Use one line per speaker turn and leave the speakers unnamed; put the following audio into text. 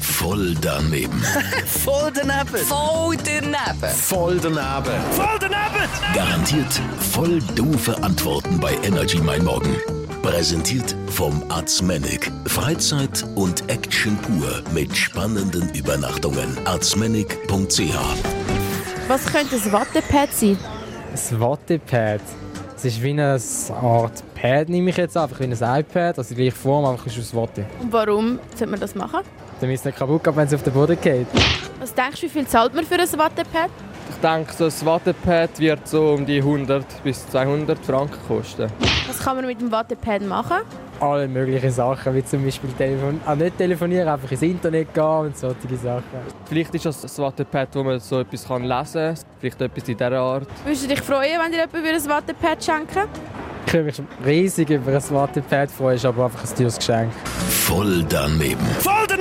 Voll daneben.
Voll daneben.
Voll daneben.
Voll daneben.
Voll daneben.
Garantiert voll doofe Antworten bei Energy Mein Morgen. Präsentiert vom Arzmenig. Freizeit und Action pur mit spannenden Übernachtungen. Arzmenig.ch
Was könnte ein Wattepad sein?
Ein Wattepad. Es ist wie eine Art Pad, nehme ich jetzt einfach, wie ein iPad, also die gleiche Form, einfach ist aus Watte.
Und warum sollte man das machen?
Damit es nicht kaputt geht, wenn es auf den Boden geht.
Was denkst du, wie viel zahlt man für ein Wattepad?
Ich denke, so ein Wattepad wird so um die 100 bis 200 Franken kosten.
Was kann man mit dem Wattepad machen?
Alle möglichen Sachen, wie zum Beispiel Telefon ah, nicht telefonieren, einfach ins Internet gehen und solche Sachen.
Vielleicht ist das ein Wattepad, wo man so etwas kann lesen kann. Vielleicht etwas in dieser Art.
Würdest du dich freuen, wenn dir jemand würde ein Wattepad schenken
Ich würde mich riesig über ein Wattepad freuen, ist aber einfach ein teures Geschenk.
Voll daneben.
Voll